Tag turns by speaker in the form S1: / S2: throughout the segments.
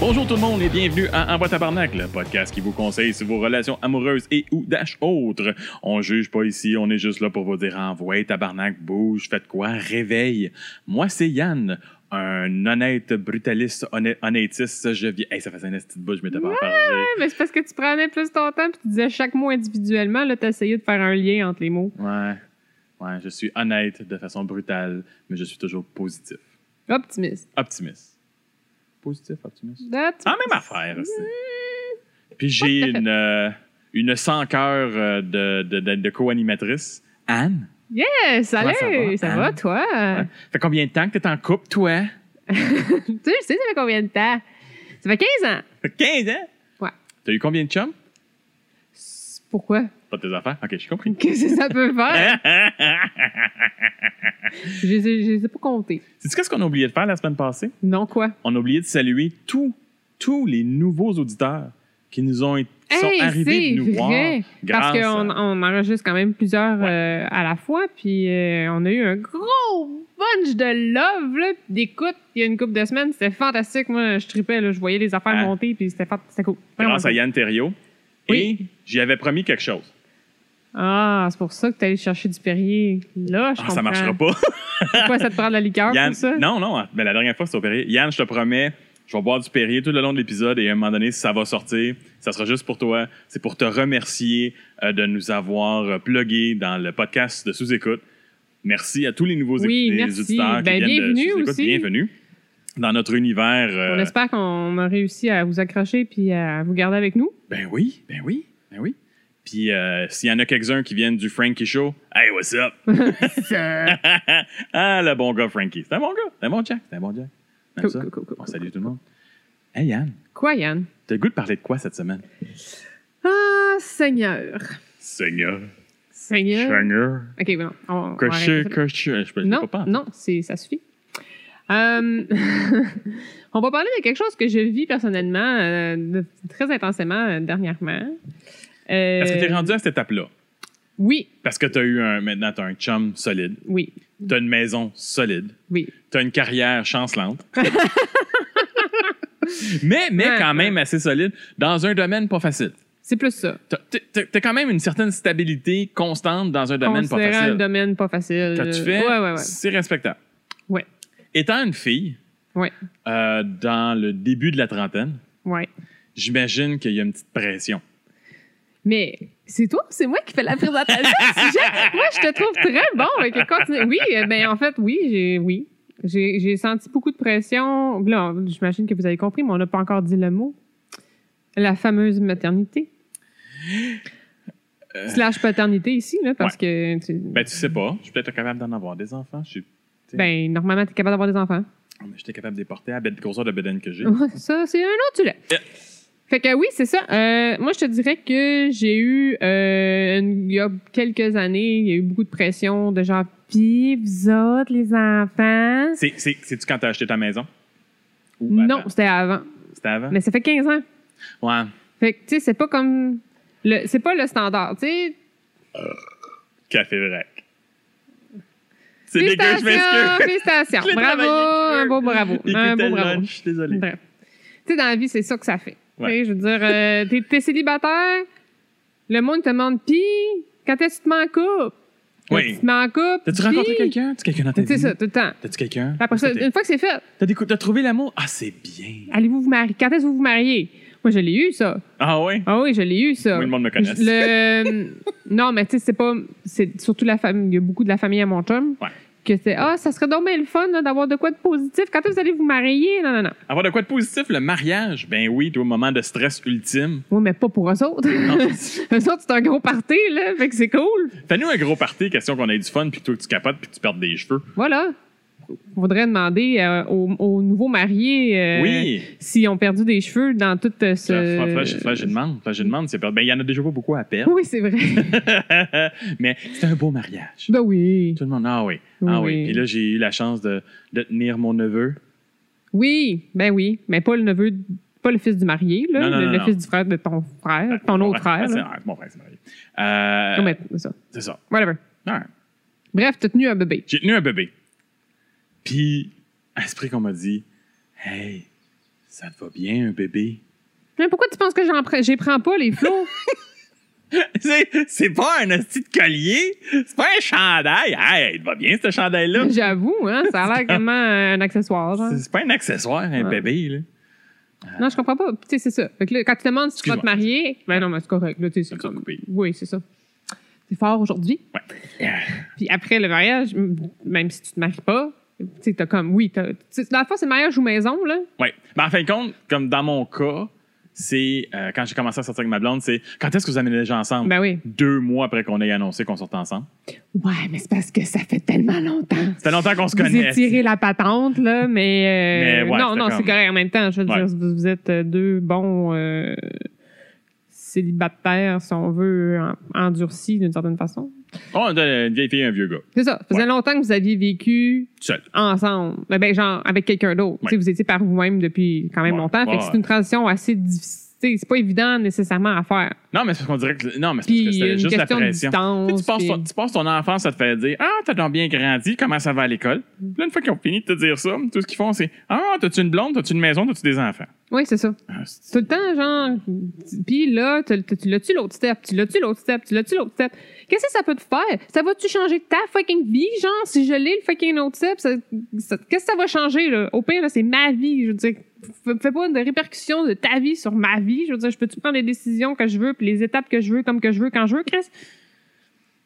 S1: Bonjour tout le monde et bienvenue à Envoi Tabarnak, le podcast qui vous conseille sur vos relations amoureuses et ou dash autres. On juge pas ici, on est juste là pour vous dire envoie tabarnak, bouge, faites quoi, réveille. Moi c'est Yann, un honnête brutaliste, honnête, honnêtiste, je vis... Hey, ça faisait une petite bouche, je m'étais pas enfargé.
S2: Mais c'est parce que tu prenais plus ton temps puis tu disais chaque mot individuellement, là, t'essayais de faire un lien entre les mots.
S1: Ouais, ouais, je suis honnête de façon brutale, mais je suis toujours positif.
S2: Optimiste.
S1: Optimiste. Positif, optimiste.
S2: Là, tu-
S1: Ah, même affaire aussi. Mm. Puis j'ai une, euh, une sans cœur euh, de, de, de- de co-animatrice, Anne.
S2: Hey, salut! Ça
S1: Comment
S2: va,
S1: ça va, Anne?
S2: toi?
S1: Ouais. Fait combien de temps que t'es en couple, toi?
S2: tu sais, ça fait combien de temps? Ça fait 15 ans.
S1: 15 ans?
S2: Ouais.
S1: T'as eu combien de chums?
S2: C'est- Pourquoi?
S1: Pas de tes affaires? Ok, j'ai compris.
S2: Qu'est-ce que ça peut faire? je, les ai- je les ai pas comptés.
S1: Sais-tu qu'est-ce qu'on a oublié de faire la semaine passée?
S2: Non, quoi?
S1: On a oublié de saluer tous, tous les nouveaux auditeurs qui nous ont qui sont
S2: Hey,
S1: arrivés
S2: c'est
S1: de nous voir.
S2: vrai! Parce
S1: grâce à-
S2: qu'on on enregistre quand même plusieurs
S1: Ouais.
S2: euh, à la fois, puis euh, on a eu un gros bunch de love, là, puis d'écoute, il y a une couple de semaines. C'était fantastique. Moi, je tripais, là, je voyais les affaires
S1: Hein?
S2: monter, puis c'était fant- c'était cool. Vraiment
S1: grâce à
S2: cool.
S1: Yann Thériault. Et
S2: Oui.
S1: j'y avais promis quelque chose.
S2: Ah, c'est pour ça que t'es allé chercher du Perrier. Là, je
S1: Ah,
S2: comprends.
S1: ça marchera pas.
S2: Pourquoi ça te prend de la liqueur
S1: Yann,
S2: pour ça?
S1: Non, non, mais la dernière fois, c'était au Perrier. Yann, je te promets, je vais boire du Perrier tout le long de l'épisode et à un moment donné, si ça va sortir, ça sera juste pour toi. C'est pour te remercier euh, de nous avoir euh, plugués dans le podcast de Sous-Écoute. Merci à tous les nouveaux éc-
S2: Oui,
S1: les
S2: merci.
S1: auditeurs qui
S2: Ben,
S1: viennent de
S2: bienvenue
S1: Sous-Écoute.
S2: aussi.
S1: Bienvenue dans notre univers. euh,
S2: On espère qu'on a réussi à vous accrocher puis à vous garder avec nous.
S1: ben oui, ben oui, ben oui. Puis euh, s'il y en a quelques-uns qui viennent du Frankie Show, hey, what's up? ah, le bon gars Frankie. C'est un bon gars. C'est un bon Jack. C'est un bon Jack. On aime
S2: Cool,
S1: ça.
S2: cool, cool, cool,
S1: On
S2: cool,
S1: salue tout le monde. Hey Yann,
S2: Quoi, Yann?
S1: t'as le goût de parler de quoi cette semaine?
S2: Ah, Seigneur.
S1: Seigneur.
S2: Seigneur.
S1: Seigneur.
S2: OK, bon. on- on
S1: Que
S2: arrête
S1: je,
S2: ça.
S1: que je. Je peux je
S2: Non,
S1: peux pas.
S2: non, c'est, ça suffit. Euh, on va parler de quelque chose que je vis personnellement euh, de- très intensément euh, dernièrement. Euh,
S1: Parce que t'es rendu à cette étape-là.
S2: Oui,
S1: Parce que t'as eu un. Maintenant, t'as un chum solide.
S2: oui,
S1: T'as une maison solide.
S2: oui.
S1: T'as une carrière chancelante. mais mais
S2: Ouais,
S1: quand
S2: ouais.
S1: même assez solide dans un domaine pas facile.
S2: C'est plus ça.
S1: T'as- T'as t'as quand même une certaine stabilité constante dans un domaine pas
S2: Considérant le
S1: facile.
S2: domaine pas facile.
S1: T'as-tu fait?
S2: Ouais, ouais, ouais.
S1: C'est respectable.
S2: Ouais.
S1: Étant une fille,
S2: Ouais.
S1: euh, dans le début de la trentaine,
S2: Ouais.
S1: j'imagine qu'il y a une petite pression.
S2: Mais c'est toi ou c'est moi qui fais la présentation du sujet? Moi, je te trouve très bon. avec le contenu. Oui, euh, ben en fait, oui, j'ai oui. J'ai j'ai senti beaucoup de pression. Là, on- j'imagine que vous avez compris, mais on n'a pas encore dit le mot. La fameuse maternité.
S1: Euh.
S2: Slash paternité ici, là, parce que... tu- ben,
S1: Ben, tu sais pas, je suis peut-être capable d'en avoir des enfants. Je suis-
S2: ben, normalement, tu es capable d'avoir des enfants.
S1: mais j'étais capable de les porter à la grosseur de bedaine que j'ai.
S2: Ouais, ça, c'est un autre sujet.
S1: Yeah.
S2: Fait que oui, c'est ça. Euh, moi, je te dirais que j'ai eu, euh, une- il y a quelques années, il y a eu beaucoup de pression de genre, pis vous autres, les enfants.
S1: C'est- c'est- C'est-tu quand t'as acheté ta maison? Ou avant?
S2: Non, c'était avant.
S1: C'était avant?
S2: Mais ça fait 15 ans.
S1: Ouais.
S2: Fait que, tu sais, c'est pas comme. le- C'est pas le standard, tu sais.
S1: Café vrac. C'est dégueu, je
S2: Félicitations!
S1: m'excuse.
S2: Félicitations!
S1: Je l'ai
S2: Bravo!
S1: travaillé,
S2: Un beau bravo! Un
S1: Écoutez
S2: beau
S1: le
S2: bravo! Ben,
S1: lunch, désolé.
S2: Bref. Tu sais, dans la vie, c'est ça que ça fait.
S1: Ouais.
S2: Tu sais, Je veux dire, euh, t'es, t'es célibataire, le monde te demande, pis quand est-ce que tu te mets en couple? Quand
S1: Oui.
S2: Tu te mets en couple.
S1: T'as-tu
S2: pis-
S1: rencontré quelqu'un? T'as-tu quelqu'un dans ta vie?
S2: C'est ça, tout le temps.
S1: T'as-tu quelqu'un?
S2: Après ça, euh,
S1: T'as-
S2: une fois que c'est fait,
S1: T'as décou- t'as trouvé l'amour? Ah, c'est bien.
S2: allez-vous vous marier? Quand est-ce que vous vous mariez? Moi, je l'ai eu, ça.
S1: Ah ouais?
S2: Ah oui, je l'ai eu, ça.
S1: Oui, le monde me connaît.
S2: Le- non, mais tu sais, c'est pas. C'est surtout la famille. Il y a beaucoup de la famille à mon chum.
S1: Ouais.
S2: Que c'est Ah, ça serait donc bien le fun là, d'avoir de quoi de positif. Quand est-ce que vous allez vous marier? Non, non, non.
S1: Avoir de quoi de positif, le mariage? Ben oui, toi, au moment de stress ultime.
S2: Oui, mais pas pour eux autres.
S1: Non.
S2: eux autres, c'est un gros party, là. Fait que c'est cool.
S1: Fais-nous un gros party, question qu'on ait du fun, puis que toi, que tu capotes, puis que tu perdes des cheveux.
S2: Voilà. Faudrait demander euh, aux, aux nouveaux mariés euh,
S1: oui!
S2: s'ils ont perdu des cheveux dans toute euh, ce.
S1: Faudrait que
S2: euh,
S1: je demande. Faudrait que je demande. s'il y a- Ben, il y en a déjà pas beaucoup à perdre.
S2: Oui, c'est vrai.
S1: Mais c'était un beau mariage.
S2: ben oui.
S1: Tout le monde, ah oui. Ah oui.
S2: Oui.
S1: Puis là, j'ai eu la chance de, de tenir mon neveu.
S2: Oui, ben oui. Mais pas le neveu, pas le fils du marié, là.
S1: Non, non,
S2: le
S1: non,
S2: le
S1: non.
S2: fils du frère de ton frère, ton
S1: Ah,
S2: autre frère.
S1: c'est-
S2: là.
S1: ah, mon frère, c'est marié. Euh,
S2: Non, mais c'est ça.
S1: C'est ça.
S2: Whatever.
S1: Ouais.
S2: Bref, t'as tenu un bébé.
S1: J'ai tenu un bébé. Puis, à ce prix qu'on m'a dit, hey, Ça te va bien, un bébé?
S2: Mais pourquoi tu penses que j'en prends, j'y prends pas les flots?
S1: C'est- C'est pas un hostie de collier, c'est pas un chandail. Hey, il te va bien, ce chandail-là.
S2: J'avoue, hein, ça a l'air comme un accessoire. genre.
S1: C'est c'est pas un accessoire, un
S2: Ouais.
S1: bébé, là.
S2: Non, je comprends pas. Tu sais, c'est ça. Fait que là, quand tu te demandes si tu vas te
S1: Excuse-moi.
S2: marier, ben non, mais c'est correct. Là, tu sais,
S1: Ça
S2: c'est-
S1: va couper.
S2: Oui, c'est ça. C'est fort aujourd'hui.
S1: Yeah.
S2: Puis après le mariage, m- même si tu te maries pas, tu sais, t'as comme, oui, t'as. tu sais, Dans la fois, c'est mariage ou maison, là.
S1: Oui. Ben, en fin de compte, comme dans mon cas, c'est euh, quand j'ai commencé à sortir avec ma blonde, c'est quand est-ce que vous aménagez ensemble?
S2: Ben oui.
S1: Deux mois après qu'on ait annoncé qu'on sortait ensemble.
S2: Ouais, mais c'est parce que ça fait tellement longtemps.
S1: Ça fait longtemps qu'on se
S2: Vous
S1: connaît.
S2: étirez la patente, là, mais. euh,
S1: Mais ouais,
S2: non,
S1: c'était
S2: non, c'est
S1: comme-
S2: correct en même temps. Je veux
S1: Ouais.
S2: dire, vous vous êtes euh, deux bons euh, célibataires, si on veut, en- endurcis d'une certaine façon.
S1: On a Oh, une vieille fille et un vieux gars.
S2: C'est ça. Ça faisait
S1: Ouais.
S2: longtemps que vous aviez vécu
S1: Seul.
S2: ensemble. Ben, Ben, genre, avec quelqu'un d'autre.
S1: Ouais.
S2: Tu sais, Vous étiez par vous-même depuis quand même
S1: Ouais.
S2: longtemps. Fait
S1: Ouais,
S2: que c'est
S1: ouais.
S2: une transition assez difficile. Tu sais, C'est pas évident nécessairement à faire.
S1: Non, mais c'est parce qu'on dirait que. Non, mais c'est parce
S2: Puis
S1: que c'était
S2: une
S1: juste la
S2: question de
S1: pression. Tu, sais,
S2: distance.
S1: tu passes
S2: puis-
S1: ton, tu passes ton enfance, ça te fait dire Ah, t'as donc bien grandi, comment ça va à l'école? Puis là, une fois qu'ils ont fini de te dire ça, tout ce qu'ils font, c'est Ah, t'as-tu une blonde, t'as-tu une maison, t'as-tu des enfants?
S2: Oui, c'est ça.
S1: Ah, c'est-
S2: Tout le temps, genre, puis là, tu tu- tu l'as-tu l'autre step, tu l'as-tu l'autre step, tu l'as-tu l'autre step. Qu'est-ce que ça peut te faire? Ça va-tu changer ta fucking vie, genre, si je l'ai le fucking autre step? ça- ça- Qu'est-ce que ça va changer, là? Au pire, là, c'est ma vie, je veux dire. f- Fais pas de répercussions de ta vie sur ma vie. Je veux dire, je peux-tu prendre les décisions que je veux, puis les étapes que je veux, comme que je veux, quand je veux, Chris?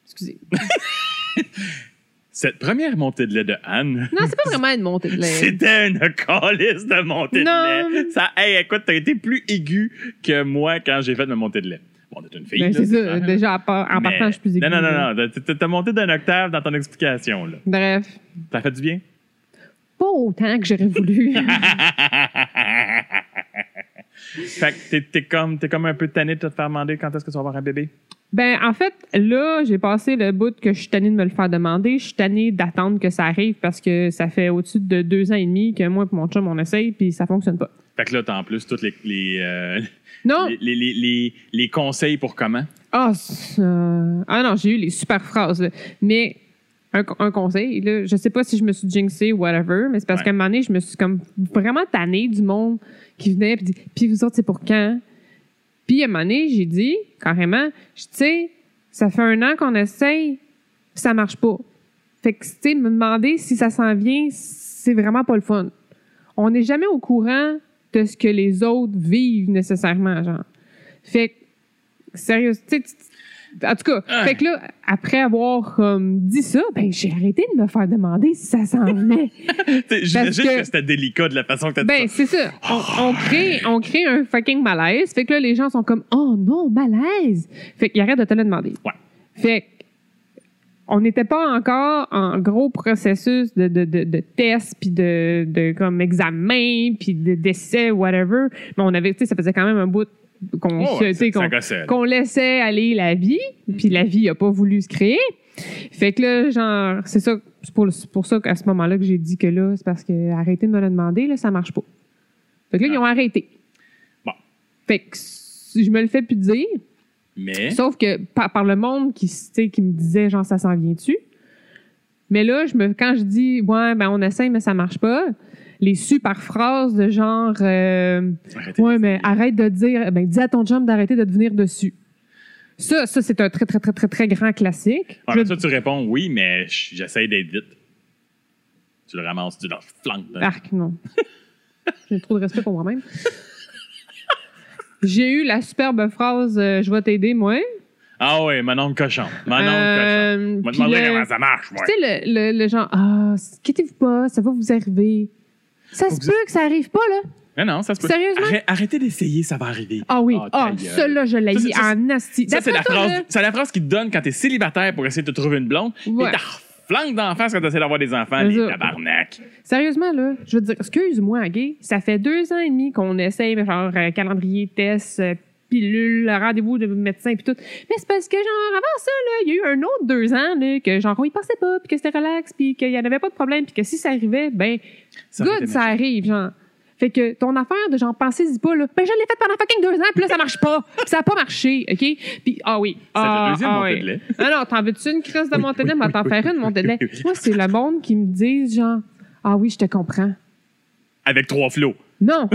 S2: Excusez.
S1: Cette première montée de lait de Anne,
S2: Non, c'est pas vraiment une montée de lait.
S1: C'était une calice de montée
S2: Non.
S1: de lait. Ça, hey, écoute, t'as été plus aigu que moi quand j'ai fait ma montée de lait. Bon, t'es une fille. là,
S2: Ben, c'est
S1: clair, là.
S2: ça. Déjà, à part- en
S1: Mais-
S2: partant, je suis plus aiguë,
S1: Non, non,
S2: là.
S1: non, non. t'as- T'as monté d'un octave dans ton explication, là.
S2: Bref.
S1: Ça fait du bien?
S2: Pas autant que j'aurais voulu.
S1: Fait que t'es- t'es comme, t'es comme un peu tanné de te faire demander quand est-ce que tu vas avoir un bébé.
S2: Ben, en fait, là, j'ai passé le bout que je suis tannée de me le faire demander. Je suis tannée d'attendre que ça arrive parce que ça fait au-dessus de deux ans et demi que moi et mon chum, on essaye, puis ça fonctionne pas.
S1: Fait que là, t'as en plus toutes les, les, euh,
S2: Non!
S1: les, les, les- les- les conseils pour comment.
S2: Ah, c'est- euh, ah non, j'ai eu les super phrases. là. Mais un, co- un conseil, là, je sais pas si je me suis jinxée ou whatever, mais c'est parce
S1: Ouais.
S2: qu'à un moment donné, je me suis comme vraiment tannée du monde qui venait puis dit Puis vous autres, c'est pour quand? Puis à un moment donné, j'ai dit carrément Je- Tu sais, ça fait un an qu'on essaye, puis ça marche pas. Fait que, tu sais, me demander si ça s'en vient, c'est vraiment pas le fun. On n'est jamais au courant de ce que les autres vivent nécessairement, genre. Fait que, sérieux, tu sais, tu- tu- en tout cas,
S1: Ah.
S2: fait que là, après avoir comme, dit ça, ben j'ai arrêté de me faire demander si ça s'en venait.
S1: T'sais, J'imagine que,
S2: que-
S1: c'était délicat de la façon que t'as dit
S2: ben
S1: ça. Oh,
S2: c'est ça, on, on crée, on crée un fucking malaise. Fait que là, les gens sont comme, oh non, malaise. Fait qu'ils arrêtent de te le demander.
S1: Ouais.
S2: Fait que, on n'était pas encore en gros processus de, de, de, de tests, puis de, de comme examen, puis de- d'essais, whatever. Mais on avait, tu sais, ça faisait quand même un bout qu'on
S1: Oh,
S2: se- tu
S1: ouais,
S2: sais,
S1: ça- ça
S2: qu'on-
S1: gossait, là.
S2: qu'on laissait aller la vie,
S1: Mm-hmm.
S2: puis la vie a pas voulu se créer. Fait que là, genre, c'est ça, c'est pour, c'est pour ça qu'à ce moment-là que j'ai dit que là, c'est parce que arrêtez de me le demander, là, ça marche pas. Fait que là,
S1: Ah.
S2: ils ont arrêté.
S1: Bon.
S2: Fait que s- je me le fais plus dire.
S1: Mais.
S2: Sauf que par, par le monde qui, s- tu sais, qui me disait, genre, ça s'en vient-tu? Mais là, je me, quand je dis, ouais, ben on essaye, mais ça marche pas, les super phrases de genre, euh,
S1: Arrêtez.
S2: Ouais, mais arrête de dire, ben, dis à ton chum d'arrêter de devenir dessus. Ça, ça c'est un très, très, très, très, très grand classique.
S1: Ouais,
S2: Je-
S1: Ah, mais toi, tu réponds oui, mais j- j'essaie d'être vite. Tu le ramasses, tu le flanques.
S2: Arc, non. J'ai trop de respect pour moi-même. J'ai eu la superbe phrase euh, Je vais t'aider, moi.
S1: Ah ouais, mon nom de cochon. Mon nom de cochon.
S2: Euh,
S1: Ah Je vais
S2: puis
S1: demander
S2: le-
S1: comment ça marche, moi.
S2: Tu sais, le, le- le genre Ah, quittez-vous pas, ça va vous arriver. Ça
S1: Faut
S2: se
S1: que
S2: peut que ça arrive pas, là.
S1: Non, non, ça se peut.
S2: Sérieusement?
S1: Arrête- Arrêtez d'essayer, ça va arriver.
S2: Ah oui.
S1: Ah, ta
S2: Ah,
S1: gueule.
S2: celle-là, je l'ai
S1: Ça, c'est-
S2: eu
S1: ça,
S2: en asti.
S1: Ça, c'est la
S2: D'après toi, là,
S1: phrase, c'est la phrase qu'ils te donnent quand t'es célibataire pour essayer de te trouver une blonde.
S2: Ouais.
S1: Et t'as flanque d'en face quand t'essaies d'avoir des enfants,
S2: C'est
S1: les
S2: ça.
S1: tabarnak.
S2: Sérieusement, là, je veux dire, excuse-moi, gay, ça fait deux ans et demi qu'on essaye, mais genre, euh, calendrier, tests, euh, pilules, rendez-vous de médecin, puis tout. Mais c'est parce que, genre, avant ça, là, il y a eu un autre deux ans, là, que, genre, on y pensait pas, puis que c'était relax, puis qu'il y en avait pas de problème, puis que si ça arrivait, ben,
S1: Ça aurait
S2: good,
S1: été
S2: ça arrive, genre. Fait que ton affaire de genre, pensez-y pas, là, ben, je l'ai fait pendant fucking deux ans, puis là, ça marche pas, puis ça a pas marché, OK? Puis, ah oui.
S1: C'est
S2: ah,
S1: la deuxième
S2: ah
S1: montée
S2: oui.
S1: de lait.
S2: Ah non, t'en veux-tu une crise de montée de lait? Mais t'en faire une montée de lait.
S1: oui, oui.
S2: Moi, c'est le monde qui me dit, genre, ah oui, je te comprends.
S1: Avec trois flots.
S2: Non!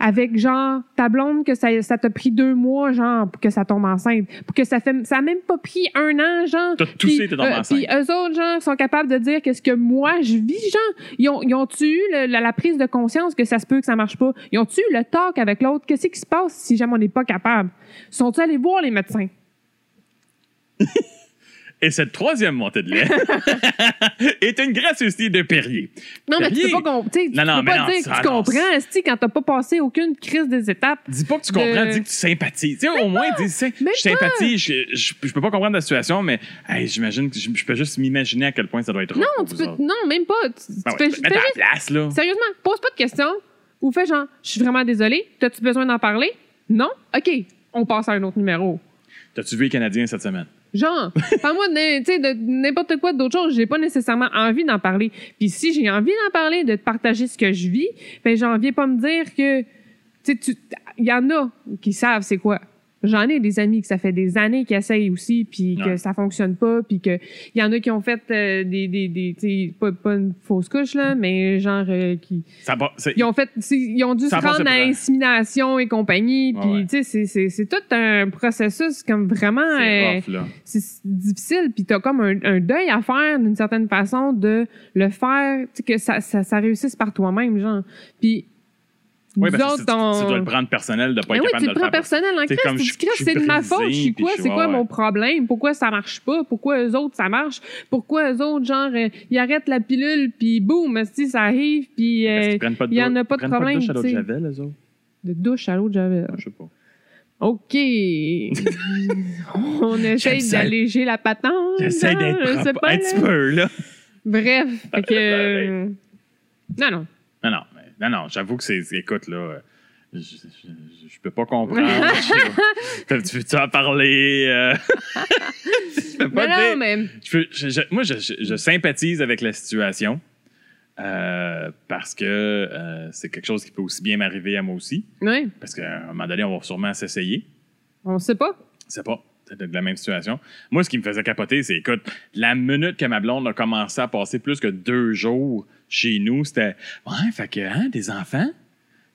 S2: avec genre ta blonde que ça ça t'a pris deux mois genre pour que ça tombe enceinte pour que ça fait ça a même pas pris un an genre
S1: T'as toussé,
S2: Puis, euh,
S1: t'es tombé enceinte.
S2: puis eux autres genre sont capables de dire qu'est-ce que moi je vis genre ils ont ils ont eu le- la, la prise de conscience que ça se peut que ça marche pas ils ont eu le talk avec l'autre qu'est-ce qui se passe si jamais on n'est pas capable sont-ils allés voir les médecins
S1: Et cette troisième montée de lait est une gracieuseté de Perrier.
S2: non mais tu
S1: Perrier.
S2: peux pas com- tu sais, tu
S1: Non, non,
S2: peux
S1: mais
S2: pas
S1: non,
S2: dire
S1: ça,
S2: que tu
S1: non,
S2: comprends esti, quand t'as pas passé aucune crise des étapes
S1: Dis pas que tu
S2: De-
S1: comprends, dis que tu sympathises. Tu sais, au moins, dis, tu sais,
S2: Même
S1: je sympathise, je, je, je peux pas comprendre la situation, mais hey, j'imagine que je, je peux juste m'imaginer à quel point ça doit être
S2: non tu peux non même pas tu, tu
S1: Ah
S2: fais-
S1: ouais,
S2: tu
S1: mets
S2: fais
S1: ta
S2: juste-
S1: place, là.
S2: Sérieusement, pose pas de questions ou fais genre, je suis vraiment désolée, t'as-tu besoin d'en parler? Non? OK, on passe à un autre numéro.
S1: T'as-tu vu les Canadiens cette semaine?
S2: Genre, parle-moi de, tu sais, de n'importe quoi d'autre chose, j'ai pas nécessairement envie d'en parler. Puis si j'ai envie d'en parler, de te partager ce que je vis, ben j'en viens pas me dire que, tu sais, tu- il y en a qui savent c'est quoi. J'en ai des amis que ça fait des années qu'ils essayent aussi, puis que
S1: Ouais.
S2: ça fonctionne pas, puis que il y en a qui ont fait euh, des, des, des tu sais, pas, pas une fausse couche là, mais genre euh, qui,
S1: Ça va- c'est-
S2: ils ont fait c'est- ils ont dû
S1: Ça a
S2: se rendre
S1: passé
S2: à
S1: pour un. hein.
S2: insémination et compagnie
S1: Ouais,
S2: puis
S1: ouais.
S2: tu sais c'est- c'est c'est tout un processus comme vraiment
S1: c'est
S2: euh,
S1: rough, là.
S2: c'est difficile puis t'as comme un, un deuil à faire d'une certaine façon de le faire tu sais que ça, ça ça réussisse par toi-même genre puis
S1: Oui,
S2: nous
S1: parce que
S2: autres,
S1: tu, tu- tu
S2: on-
S1: dois le prendre personnel de pas
S2: ben
S1: être
S2: oui,
S1: capable
S2: tu
S1: de
S2: le
S1: le faire.
S2: prends personnel en
S1: C'est
S2: crise.
S1: comme,
S2: Tu
S1: je
S2: dis, Christ,
S1: suis
S2: c'est de ma
S1: brisé,
S2: faute. Je suis
S1: puis
S2: quoi?
S1: je-
S2: C'est quoi
S1: ouais,
S2: mon
S1: ouais.
S2: problème? Pourquoi ça marche pas? Pourquoi eux autres, ça marche? Pourquoi eux autres, genre, euh, ils arrêtent la pilule, puis boum, si ça arrive, puis
S1: Parce
S2: euh,
S1: qu'ils prennent pas de
S2: il y en
S1: douche-
S2: a pas de
S1: prennent
S2: problème,
S1: douche à l'eau de
S2: tu sais.
S1: Javel, eux autres?
S2: de douche à l'eau de Javel.
S1: Je sais pas.
S2: OK. On
S1: J'aime
S2: essaye
S1: ça.
S2: d'alléger la patente.
S1: J'essaie
S2: hein,
S1: d'être
S2: je sais
S1: propre
S2: pas,
S1: un
S2: là.
S1: petit peu, là.
S2: Bref, fait que...
S1: Ouais.
S2: euh, Non, non.
S1: Non, non, mais- non, non j'avoue que c'est. Écoute, là, euh, je, je, je- je peux pas comprendre. Je- tu tu veux-tu en parler? euh? je peux pas dire.
S2: Non, Ben, non, mais...
S1: Je peux- je- je- moi, je, je- je sympathise avec la situation euh, parce que euh, c'est quelque chose qui peut aussi bien m'arriver à moi aussi.
S2: Ouais,
S1: Parce qu'à un moment donné, on va sûrement s'essayer.
S2: on sait pas.
S1: C'est pas. C'était de la même situation. Moi, ce qui me faisait capoter, c'est, écoute, la minute que ma blonde a commencé à passer plus que deux jours chez nous, c'était, ouais, fait que, hein, des enfants?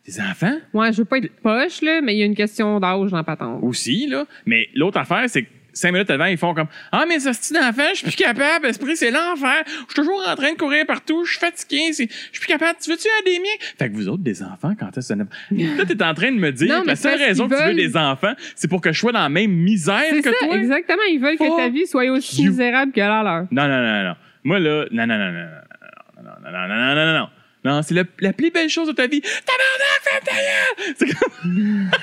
S1: Des enfants?
S2: Ouais, je veux pas être poche, là, mais il y a une question d'âge dans la patente.
S1: Aussi, là. Mais l'autre affaire, c'est que cinq minutes avant, ils font comme, ah, mais ça, c'est d'enfant, je suis plus capable, esprit, c'est l'enfer. Je suis toujours en train de courir partout, je suis fatigué, c'est- je suis plus capable, tu veux-tu un des miens? Fait que vous autres, des enfants, quand est-ce que Là, t'es en train de me dire
S2: Non,
S1: que
S2: mais
S1: la
S2: c'est
S1: seule
S2: parce
S1: raison que
S2: qu'ils
S1: tu veux
S2: veulent-
S1: des enfants, c'est pour que je sois dans la même misère
S2: C'est
S1: que
S2: ça,
S1: toi.
S2: exactement. Ils veulent que
S1: Fuck
S2: ta vie soit aussi
S1: you.
S2: misérable que la leur.
S1: Non, non, non, non. Moi, là, non, non, non, non, non, non, non, non, non, non, non, non, non, non. Non, c'est la, la plus belle chose de ta vie. Tabarnak, ferme ta gueule! C'est comme...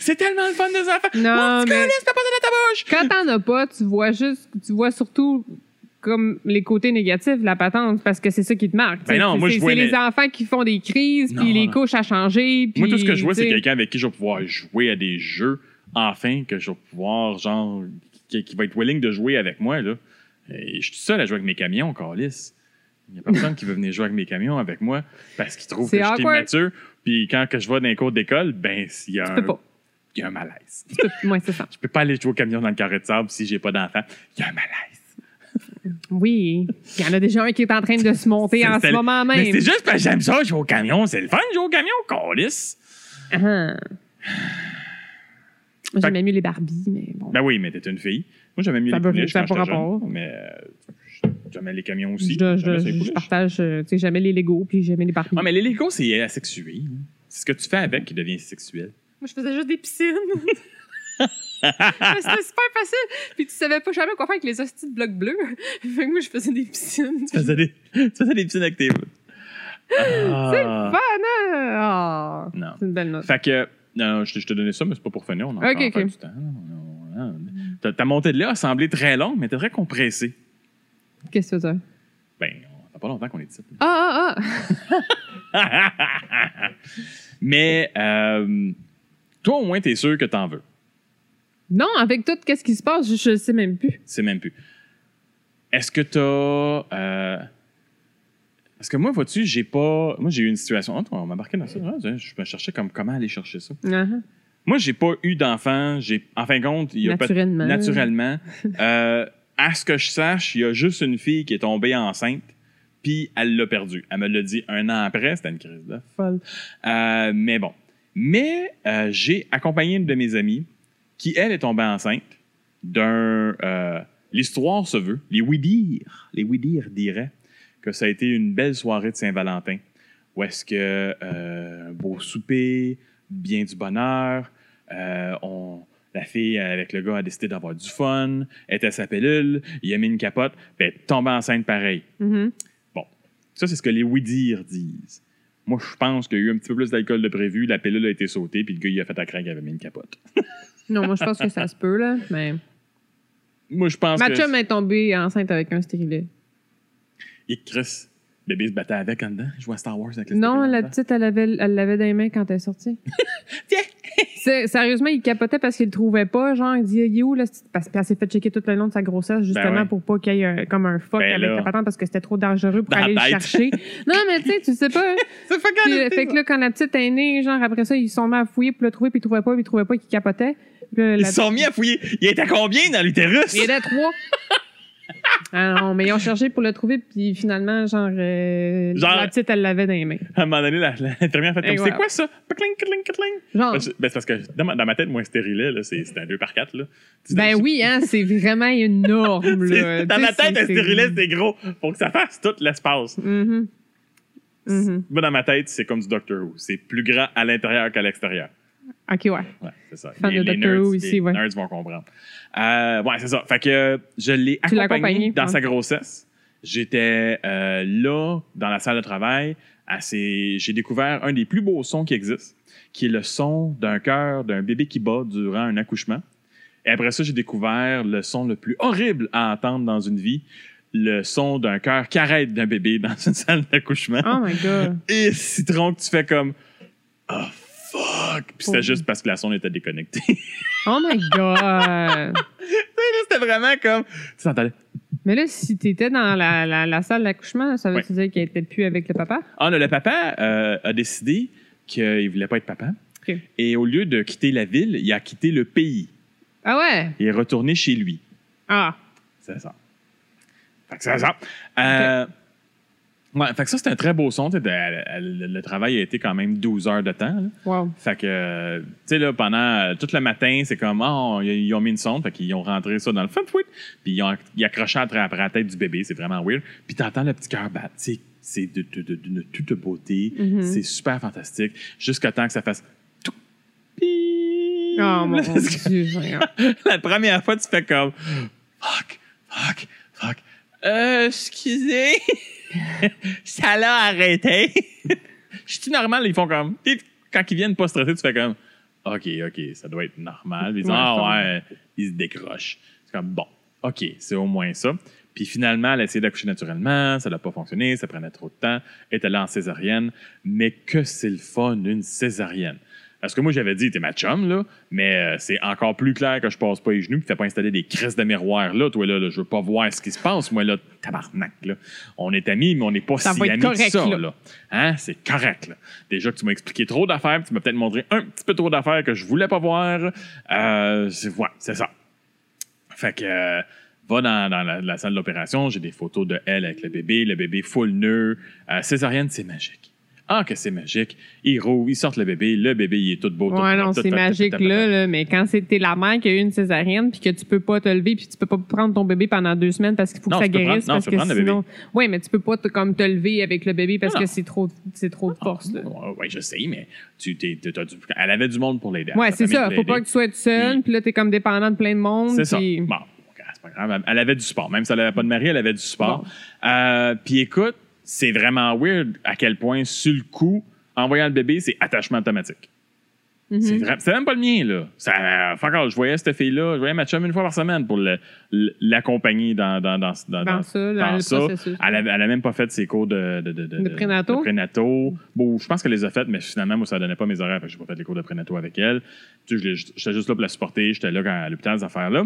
S1: C'est tellement le fun des enfants.
S2: Non,
S1: Mon petit
S2: mais-
S1: câlisse, t'as pas ça dans ta bouche!
S2: Quand t'en as pas, tu vois juste... Tu vois surtout comme les côtés négatifs de la patente, parce que c'est ça qui te marque.
S1: Ben
S2: tu sais.
S1: non, moi, je
S2: C'est-
S1: vois
S2: C'est les
S1: les-
S2: enfants qui font des crises,
S1: Non,
S2: puis les
S1: non.
S2: couches à changer, puis...
S1: Moi, tout ce que je vois,
S2: tu
S1: c'est
S2: sais.
S1: quelqu'un avec qui je vais pouvoir jouer à des jeux, enfin, que je vais pouvoir, genre, qui, qui va être willing de jouer avec moi, là. Et je suis tout seul à jouer avec mes camions, Carlis. Il n'y a personne qui veut venir jouer avec mes camions avec moi parce qu'il trouve que
S2: C'est
S1: je suis
S2: awkward.
S1: immature. Puis quand que je vais dans les cours d'école, ben, s'il y a
S2: Tu
S1: un-
S2: peux pas.
S1: il y a un malaise.
S2: Tu peux- Ouais, c'est ça.
S1: Je peux pas aller jouer au camion dans le carré de sable si j'ai pas d'enfant. Il y a un malaise.
S2: Oui, il y en a déjà un qui est en train de se monter en
S1: C'est-
S2: ce moment
S1: Mais
S2: même.
S1: c'est juste parce que j'aime ça, jouer au camion. C'est le fun, de jouer au camion, Carlis.
S2: Ah.
S1: Fait-
S2: J'aimais mieux les Barbies, mais bon.
S1: Ben oui, mais t'es une fille. Moi, j'aimais mieux
S2: Ça
S1: les
S2: peut-
S1: pouliches
S2: ça
S1: quand
S2: peut
S1: j'étais
S2: rapport.
S1: jeune. Mais euh, j'aimais les camions
S2: je,
S1: aussi.
S2: je-
S1: J'aimais ça, les
S2: je- je
S1: pouliches.
S2: partage, euh, tu sais, j'aimais les Lego puis j'aimais les Barbies.
S1: Ouais, mais les Legos, c'est asexué. hein. C'est ce que tu fais avec qui devient sexuel.
S3: Moi, je faisais juste des piscines. Mais C'était super facile. Puis tu savais pas jamais quoi faire avec les hosties de blocs bleus. Fait que moi, je faisais des piscines.
S1: Tu faisais des, tu faisais des piscines avec tes Ah.
S2: Fun, hein? Ah,
S1: Non.
S2: c'est une belle note.
S1: Fait que, non, non, je, te- je te donnais ça, mais c'est pas pour finir. On a
S2: Ok,
S1: encore
S2: ok.
S1: fait du temps. On a- on a- Ta, ta montée de lait a semblé très longue, mais t'es très compressée.
S2: Qu'est-ce que tu veux dire?
S1: Ben, on- ça fait pas longtemps qu'on est ici.
S2: Ah, ah, ah!
S1: mais, euh, toi, au moins, t'es sûr que t'en veux.
S2: Non, avec tout, qu'est-ce qui se passe? Je, je sais même plus.
S1: C'est même plus. Est-ce que t'as. Euh... Parce que moi, vois-tu, j'ai pas. Moi, j'ai eu une situation. Oh, on m'a marqué dans ça. Ah, Je me cherchais comme comment aller chercher ça.
S2: Ah,
S1: Moi, j'ai pas eu d'enfant. J'ai. En fin de compte, il y a peut-
S2: Naturellement.
S1: Naturellement. Euh, à ce que je sache, il y a juste une fille qui est tombée enceinte puis elle l'a perdu. Elle me l'a dit un an après, c'était une crise de folle. Euh, mais bon. Mais euh, j'ai accompagné une de mes amies qui, elle, est tombée enceinte d'un... euh, L'histoire se veut, les Ouibirs, les Ouibirs diraient que ça a été une belle soirée de Saint-Valentin, où est-ce que euh, un beau souper, bien du bonheur, euh, on, la fille avec le gars a décidé d'avoir du fun, elle était à sa pellule, il a mis une capote, puis elle est tombée enceinte pareil.
S3: Mm-hmm.
S2: Mhm.
S1: Ça, c'est ce que les oui-dire disent. Moi, je pense qu'il y a eu un petit peu plus d'alcool de prévu, la pilule a été sautée, puis le gars, il a fait à craindre qu'il avait mis une capote.
S2: Non, moi, je pense que ça se peut, là. Mais...
S1: Moi, je pense
S2: Ma
S1: que...
S2: chum est tombée enceinte avec un stérilet.
S1: Et Chris, le bébé se battait avec en dedans, jouait à Star Wars avec le
S2: Non,
S1: stéréo en
S2: la
S1: dedans.
S2: petite, elle l'avait elle l'avait dans les mains quand elle est sortie. C'est- Sérieusement, il capotait parce qu'il le trouvait pas. Genre, il dit, il est où, là? c'est- Parce qu'elle s'est fait checker tout le long de sa grossesse, justement,
S1: Ben ouais.
S2: pour pas qu'il y ait un- comme un fuck
S1: Ben
S2: avec
S1: là.
S2: la patente parce que c'était trop dangereux pour
S1: Dans la
S2: aller le
S1: tête.
S2: chercher. Non, mais tu sais, tu sais pas. hein.
S1: C'est fucking
S2: Puis,
S1: épais,
S2: fait que là, quand la petite est née, genre, après ça, ils se sont mis à fouiller pour le trouver, puis ils trouvaient pas, puis ils trouvaient pas qu'il capotait. Puis là,
S1: Ils
S2: la-
S1: se sont mis à fouiller. Il était à combien dans l'utérus?
S2: Il y en a trois. Ah non, mais ils ont cherché pour le trouver, puis finalement, genre, euh,
S1: Genre-
S2: la petite, elle l'avait dans les mains.
S1: À un moment donné, la- la- l'infirmière a fait comme c'est
S2: Et voilà.
S1: quoi ça? Patling, patling, patling.
S2: Genre,
S1: Ben, c'est- ben, c'est parce que dans ma, dans ma tête, moi, un stérilet, là, c'est c'est un 2 par 4. Là. Tu-
S2: ben
S1: tu-
S2: oui, hein, c'est vraiment énorme,
S1: c'est-
S2: là.
S1: Dans
S2: Tu sais,
S1: ma tête, un
S2: c'est-
S1: stérilet, c'est gros. Faut que ça fasse tout l'espace.
S2: Mhm. Mhm.
S1: Moi, dans ma tête, c'est comme du Doctor Who. C'est plus grand à l'intérieur qu'à l'extérieur.
S2: Ok, ouais.
S1: Ouais, c'est ça.
S2: Fan de Doctor Who ici,
S1: les
S2: ouais.
S1: nerds vont comprendre. Euh, ouais, c'est ça. Fait que euh, je l'ai
S2: Tu l'as
S1: accompagné,
S2: accompagné,
S1: dans
S2: ouais.
S1: sa grossesse. J'étais euh, là, dans la salle de travail. à ses- J'ai découvert un des plus beaux sons qui existent, qui est le son d'un cœur d'un bébé qui bat durant un accouchement. Et après ça, j'ai découvert le son le plus horrible à entendre dans une vie, le son d'un cœur qui arrête d'un bébé dans une salle d'accouchement
S2: Oh my god.
S1: et citron que tu fais comme oh fuck puis c'était
S2: Oh.
S1: juste parce que la sonde était déconnectée Tu sais,
S2: Oh my
S1: là,
S2: god.
S1: c'était vraiment comme tu t'entendais
S2: Mais là, si t'étais dans la, la, la salle d'accouchement, ça veut-tu dire qu'elle était plus avec le papa?
S1: ah non le papa euh, a décidé qu'il voulait pas être papa
S2: Ok.
S1: et au lieu de quitter la ville il a quitté le pays
S2: Ah ouais?
S1: il est retourné chez lui
S2: Ah.
S1: c'est ça fait que c'est ça Euh, ouais, fait que ça c'était un très beau son tu sais, de- elle- elle- le travail a été quand même 12 heures de temps là.
S2: Wow.
S1: Fait que, euh, tu sais, là, pendant euh, tout le matin, c'est comme, ah, on- ils ont mis une sonde, fait qu'ils ont rentré ça dans le fun tweet, puis ils ont ils accroché après, après la tête du bébé, c'est vraiment weird. Puis t'entends le petit cœur battre, tu sais, c'est de- de- de- d'une toute beauté,
S2: Mhm.
S1: c'est super fantastique, jusqu'à temps que ça fasse tout. Pip!
S2: Oh mon
S1: Là, parce que
S2: dieu. Seigneur.
S1: la première fois, tu fais comme, fuck, fuck, fuck, euh, excusez, ça l'a arrêté. Je suis normal, ils font comme. Tu sais, Quand ils viennent pas stresser, tu fais comme. OK, OK, ça doit être normal. Puis Ils disent,
S2: Ouais,
S1: ah
S2: ça va.
S1: ouais, ils se décrochent. C'est comme, bon, OK, c'est au moins ça. Puis finalement, elle a essayé d'accoucher naturellement, ça n'a pas fonctionné, ça prenait trop de temps, elle est allée en césarienne. Mais que c'est le fun, une césarienne. Parce que moi, j'avais dit, t'es ma chum, là, mais euh, c'est encore plus clair que je passe pas les genoux, puis fais pas installer des crises de miroir, là, toi, là, là, je veux pas voir ce qui se passe, moi, là, tabarnak, là. On est amis, mais on n'est pas
S2: Ça
S1: si
S2: va être
S1: amis que
S2: correct,
S1: ça,
S2: là.
S1: là. Hein, c'est correct. Là. Déjà que tu m'as expliqué trop d'affaires, puis tu m'as peut-être montré un petit peu trop d'affaires que je voulais pas voir. Euh, c'est ouais, c'est ça. Fait que euh, va dans, dans la, la salle d'opération, j'ai des photos de elle avec le bébé, le bébé full nœud. Euh, césarienne, c'est magique. Ah que c'est magique. Ils rouvent, ils sortent le bébé, le bébé il est tout beau. tout-
S2: Ouais, non,
S1: tout-
S2: c'est
S1: tout-
S2: magique
S1: tout- tout-
S2: là, là, mais quand c'était la mère qui a eu une césarienne puis que tu peux pas te lever puis tu peux pas prendre ton bébé pendant deux semaines parce qu'il faut que
S1: Non,
S2: ça
S1: tu peux
S2: guérisse
S1: prendre- non,
S2: parce
S1: tu peux
S2: que
S1: prendre le
S2: sinon, ouais, mais tu peux pas te, comme te lever avec le bébé parce
S1: Non,
S2: que
S1: non.
S2: c'est trop, c'est trop de force là.
S1: Ouais, ouais, je sais, mais tu, t'es- t'as- t'as du- elle avait du monde pour l'aider.
S2: Ouais,
S1: Sa
S2: c'est
S1: famille
S2: ça.
S1: pour
S2: Faut pas
S1: l'aider.
S2: que tu sois toute seule,
S1: Puis-
S2: puis là t'es comme dépendant de plein de monde.
S1: C'est ça.
S2: puis-
S1: Bon, c'est pas grave. Elle avait du sport. Même si elle n'avait pas de mari, elle avait du sport. Euh, Puis écoute, c'est vraiment weird à quel point, sur le coup, en voyant le bébé, c'est attachement automatique.
S2: Mhm.
S1: C'est vrai- C'est même pas le mien, là. Ça, euh, fuck off, je voyais cette fille-là, je voyais ma chum une fois par semaine pour le- l'accompagner dans, dans, dans, dans,
S2: Dans ça, là,
S1: dans
S2: le
S1: ça.
S2: processus.
S1: Elle avait, elle a même pas fait ses cours de, de, de, de,
S2: De prénato?
S1: de prénato. Bon, je pense qu'elle les a faites, mais finalement, moi, ça donnait pas mes horaires, fait que j'ai pas fait les cours de prénato avec elle. Tu sais, je l'ai- j'étais juste là pour la supporter, j'étais là quand, à l'hôpital, ces affaires-là.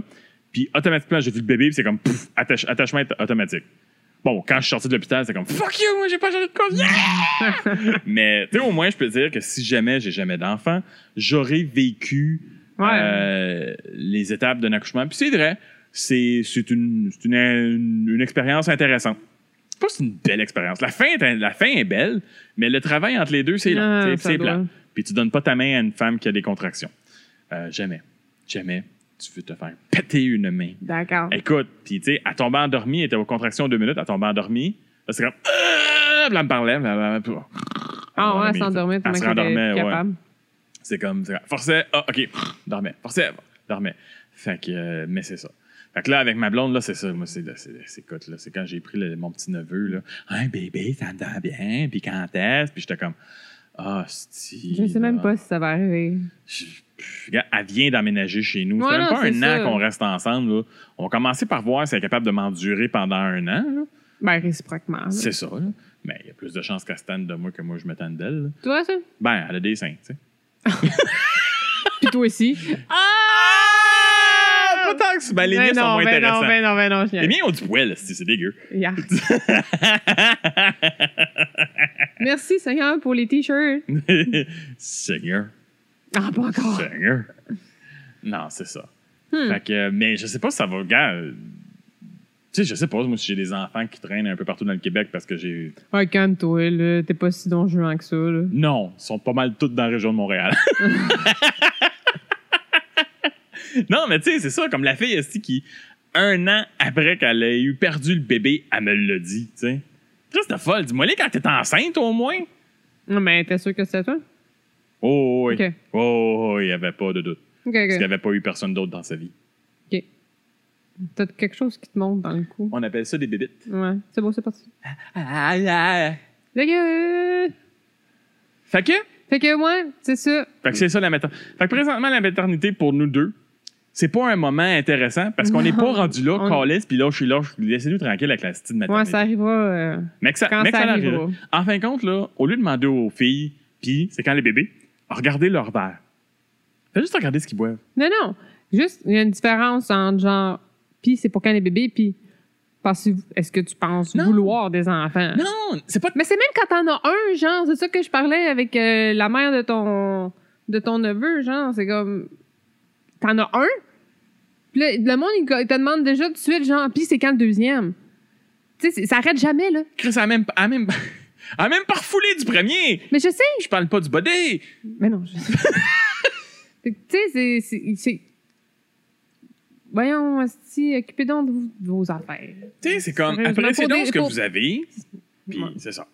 S1: Puis automatiquement, j'ai vu le bébé, puis c'est comme pouf, attache- attachement automatique. Bon, quand je suis sorti de l'hôpital, c'est comme fuck you, moi, j'ai pas changé de cause. Yeah! mais tu sais, au moins, je peux dire que si jamais j'ai jamais d'enfant, j'aurais vécu
S2: Ouais.
S1: euh, les étapes d'un accouchement. Puis c'est vrai, c'est c'est une, c'est une, une- une expérience intéressante. c'est pas une belle expérience. La fin, est, la fin est belle, mais le travail entre les deux, c'est long.
S2: Ah,
S1: C'est-
S2: ça
S1: c'est
S2: doit.
S1: plat. Puis tu donnes pas ta main à une femme qui a des contractions. Euh, jamais. Jamais. Tu veux te faire péter une main.
S2: D'accord.
S1: Écoute, puis tu sais, elle tombait endormie, elle était aux contractions deux minutes, elle tombait endormie. Là, c'est comme. Ah! Puis elle me parlait. puis elle- elle- elle-
S2: Ah ouais, elle
S1: mais-
S2: s'endormait
S1: Elle
S2: pendant
S1: se
S2: qu'elle
S1: rendormait,
S2: était
S1: ouais.
S2: capable.
S1: C'est comme, c'est comme, forçait, ah, OK, dormait, forçait, dormait. Fait que, euh, mais c'est ça. Fait que là, avec ma blonde, là, c'est ça. Moi, c'est, c'est, c'est cut, là. C'est quand j'ai pris le- mon petit neveu, là. Un bébé, ça me donne bien, puis quand est-ce? Puis j'étais comme, ah, si.
S2: Je sais même
S1: là.
S2: pas si ça va arriver.
S1: Je- je- regarde, Elle vient d'aménager chez nous.
S2: Ouais,
S1: c'est même
S2: non,
S1: pas un
S2: c'est
S1: an
S2: ça.
S1: qu'on reste ensemble, là. On a commencé par voir si elle est capable de m'endurer pendant un an, là.
S2: Ben, réciproquement. là.
S1: C'est ça, là. Mais il y a plus de chances qu'elle se tanne de moi que moi, je me tanne d'elle, là.
S2: Toi, ça?
S1: Ben, elle a des seins, tu sais.
S2: Puis toi aussi.
S1: Ah! Pas tant que ben, les miens
S2: Ben
S1: sont
S2: Ah! non,
S1: moins
S2: ben
S1: intéressants.
S2: non, ben non, ben non, je
S1: Les
S2: niaise.
S1: miens ont du poil, c'est c'est dégueu.
S2: Yeah. Merci, Seigneur, pour les t-shirts.
S1: Seigneur,
S2: Ah, pas encore.
S1: Seigneur. Non, c'est ça.
S2: Hmm.
S1: Fait que, mais je sais pas si ça va. Gars, euh, tu sais, je sais pas, moi, si j'ai des enfants qui traînent un peu partout dans le Québec parce que j'ai.
S2: Ouais, Ah, calme-toi, là. T'es pas si donjuant que ça, là.
S1: Non, ils sont pas mal toutes dans la région de Montréal. non, mais tu sais, c'est ça, comme la fille esti, qui, un an après qu'elle ait eu perdu le bébé, elle me l'a dit, tu sais. Christophe, folle, dis-moi, les quand t'es enceinte au moins.
S2: Non, mais t'es sûr que c'était toi?
S1: Oh, oui.
S2: Ok.
S1: Oh, oui, il n'y avait pas de doute.
S2: Ok,
S1: Parce qu'il n'y
S2: ok.
S1: avait pas eu personne d'autre dans sa vie.
S2: T'as quelque chose qui te monte dans le cou.
S1: On appelle ça des bébites.
S2: Ouais, c'est bon, c'est parti. Fait que...
S1: Fait que,
S2: Fait que, ouais, c'est ça.
S1: fait que c'est ça la maternité. Fait que présentement, la maternité pour nous deux, c'est pas un moment intéressant parce qu'on n'est pas
S2: Non.
S1: rendu là,
S2: On-
S1: calisse, puis là, je suis là, je- laissez-nous tranquille avec la petite
S2: Ouais,
S1: maternité.
S2: ça arrivera euh,
S1: mais que ça,
S2: quand
S1: mais que
S2: ça
S1: ça arrivera.
S2: arrivera.
S1: En fin de compte, là, au lieu de demander aux filles, puis c'est quand les bébés, regardez leur verre. Fais juste regarder ce qu'ils boivent.
S2: Non, non. Juste, il y a une différence entre genre, puis c'est pour quand les bébés, puis pensez-vous- est-ce que tu penses
S1: Non.
S2: vouloir des enfants?
S1: Non, c'est pas
S2: Mais c'est même quand t'en as un, genre, c'est ça que je parlais avec euh, la mère de ton, de ton neveu, genre, c'est comme, t'en as un, puis là, le monde, il co- il te demande déjà tout de suite, genre, puis c'est quand le deuxième? Tu sais, c'est- ça arrête jamais, là.
S1: Chris a même, a même, a même pas refoulé du premier.
S2: Mais je sais,
S1: Je parle pas du body.
S2: Mais non, je Fait que, Tu sais, c'est- c'est- c'est. Voyons, si occupez donc de, vous- de vos affaires.
S1: Tu sais, c'est comme,
S2: Sérieusement,
S1: appréciez
S2: pour
S1: donc
S2: des-
S1: ce que
S2: pour-
S1: vous avez, puis
S2: Ouais.
S1: c'est ça.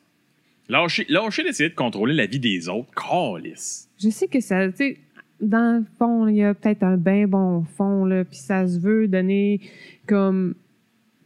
S1: Lâchez, lâchez d'essayer de contrôler la vie des autres. Calisse.
S2: Je sais que ça. Tu sais, dans le fond, il y a peut-être un bien bon fond, là, puis ça se veut donner comme.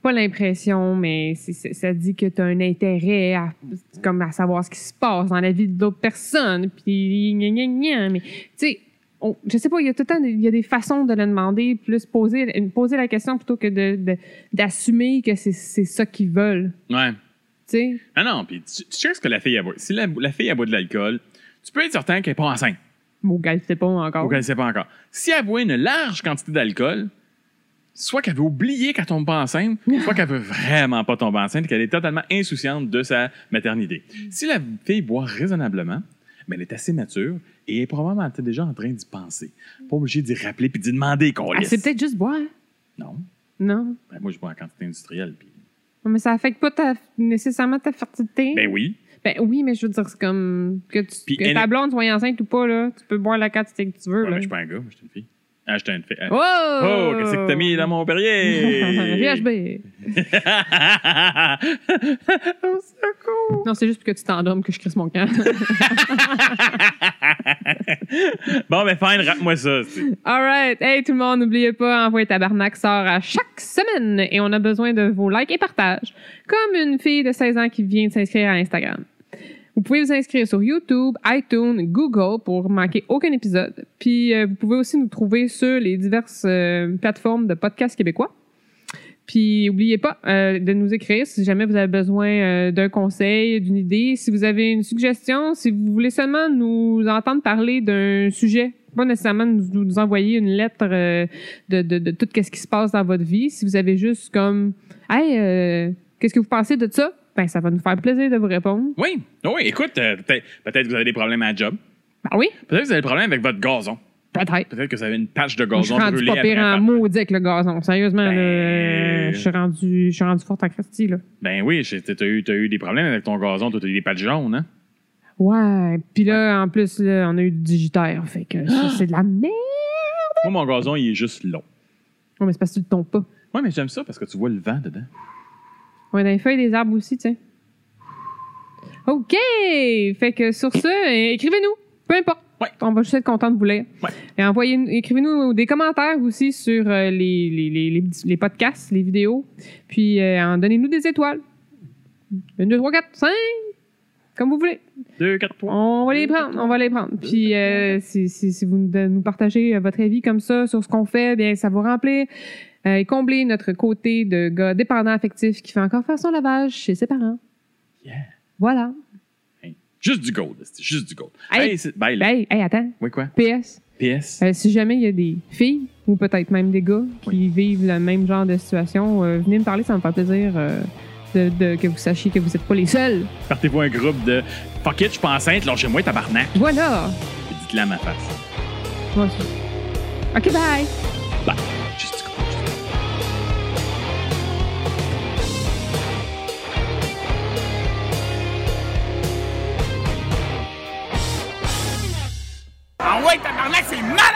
S2: Pas l'impression, mais c'est- c'est- ça dit que tu as un intérêt à, comme à savoir ce qui se passe dans la vie de l'autre personne, puis gna gna gna. Mais, tu sais, on- je sais pas, il y a tout le temps des- il y a des façons de le demander, plus poser, poser la question plutôt que de- de- d'assumer que c'est c'est ça qu'ils veulent.
S1: Ouais.
S2: Tu sais,
S1: Ah non, puis tu, tu checkes ce que la fille a boit. Si la, la fille a boit de l'alcool, tu peux être certain qu'elle n'est pas enceinte
S2: mon gars, c'est pas encore.
S1: ou qu'elle ne sait pas encore. Si elle boit une large quantité d'alcool, soit qu'elle veut oublier qu'elle tombe pas enceinte, soit qu'elle veut vraiment pas tomber enceinte et qu'elle est totalement insouciante de sa maternité. Si la fille boit raisonnablement, ben elle est assez mature et est probablement déjà en train d'y penser. Pas obligée d'y rappeler puis d'y demander qu'on
S2: Ah,
S1: laisse.
S2: c'est peut-être juste boire.
S1: Non.
S2: Non.
S1: Ben, moi, je bois en quantité industrielle. puis-
S2: Non, Mais ça affecte pas ta- nécessairement ta fertilité.
S1: Ben oui.
S2: Ben oui, mais je veux dire, c'est comme que, tu-
S1: Puis
S2: que
S1: elle-
S2: ta blonde soit enceinte ou pas, là, tu peux boire la quantité que tu veux.
S1: Ouais,
S2: là.
S1: ben, je suis pas un gars, moi, je suis une fille. Ah, je suis une fille. Ah.
S2: Oh!
S1: Oh, qu'est-ce que t'as mis dans mon perrier?
S2: VHB.
S1: Au secours!
S2: Non, c'est juste pour que tu t'endormes que je crisse mon camp.
S1: Bon, ben fine, rappe-moi ça. c'est-
S2: All right. Hey, tout le monde, n'oubliez pas, Envoyer Tabarnak sort à chaque semaine et on a besoin de vos likes et partages, comme une fille de 16 ans qui vient de s'inscrire à Instagram. Vous pouvez vous inscrire sur YouTube, iTunes, Google pour manquer aucun épisode. Puis euh, vous pouvez aussi nous trouver sur les diverses euh, plateformes de podcasts québécois. Puis n'oubliez pas euh, de nous écrire si jamais vous avez besoin euh, d'un conseil, d'une idée, si vous avez une suggestion, si vous voulez seulement nous entendre parler d'un sujet, pas nécessairement nous, nous envoyer une lettre euh, de, de, de tout ce qui se passe dans votre vie. Si vous avez juste comme Hey, euh, qu'est-ce que vous pensez de ça? Ben, ça va nous faire plaisir de vous répondre.
S1: Oui, oui, écoute, euh, peut-être peut-être que vous avez des problèmes à la job.
S2: Ben oui.
S1: Peut-être que vous avez des problèmes avec votre gazon.
S2: Peut-être.
S1: Peut-être que ça avait une patch de
S2: Je suis
S1: gazon
S2: rendu
S1: brûlé
S2: pas pire
S1: après.
S2: en maudit avec le gazon. Sérieusement,
S1: Ben-
S2: là, je suis rendu, je suis rendu forte en Christie, là.
S1: Ben oui, j'ai- t'as eu, t'as eu des problèmes avec ton gazon, t'as eu des patchs jaunes, hein?
S2: Ouais. Puis là, en plus, là, on a eu du digitaire. Fait que
S1: Ah!
S2: ça, c'est de la merde.
S1: Moi, mon gazon, il est juste long.
S2: Ouais, mais c'est parce que tu le tombes pas.
S1: Ouais, mais j'aime ça parce que tu vois le vent dedans.
S2: Ouais, dans les feuilles des arbres aussi, tiens. OK! Fait que sur ce, euh, écrivez-nous. Peu importe.
S1: Ouais.
S2: On va juste être content de vous lire.
S1: Ouais.
S2: Et envoyez, écrivez-nous des commentaires aussi sur euh, les, les, les, les petits- les podcasts, les vidéos. Puis euh, en donnez-nous des étoiles. Une, deux, trois, quatre, cinq. Comme vous voulez.
S1: Deux, quatre points.
S2: On va les prendre. On va les prendre. Puis euh, si, si, si vous nous nous partagez euh, votre avis comme ça sur ce qu'on fait, bien, ça va remplir euh, et combler notre côté de gars dépendant affectif qui fait encore faire son lavage chez ses parents.
S1: Yeah.
S2: Voilà.
S1: Juste du gold, c'est juste du gold.
S2: Hey.
S1: Hey, c'est- ben, là-
S2: Ben, hey, hey, attends.
S1: Oui, quoi?
S2: PS.
S1: PS.
S2: Euh, si jamais il y a des filles ou peut-être même des gars qui
S1: Oui.
S2: vivent le même genre de situation, euh, venez me parler, ça me fait plaisir euh, de, de- que vous sachiez que vous n'êtes pas les seuls.
S1: Partez-vous un groupe de Fuck it, je suis pas enceinte, lâchez-moi, tabarnak.
S2: Voilà.
S1: Puis dites-le à ma face.
S2: Moi, ça. OK, bye.
S1: Bye. Juste du gold.
S4: Ah ouais, tabarnak, c'est mal!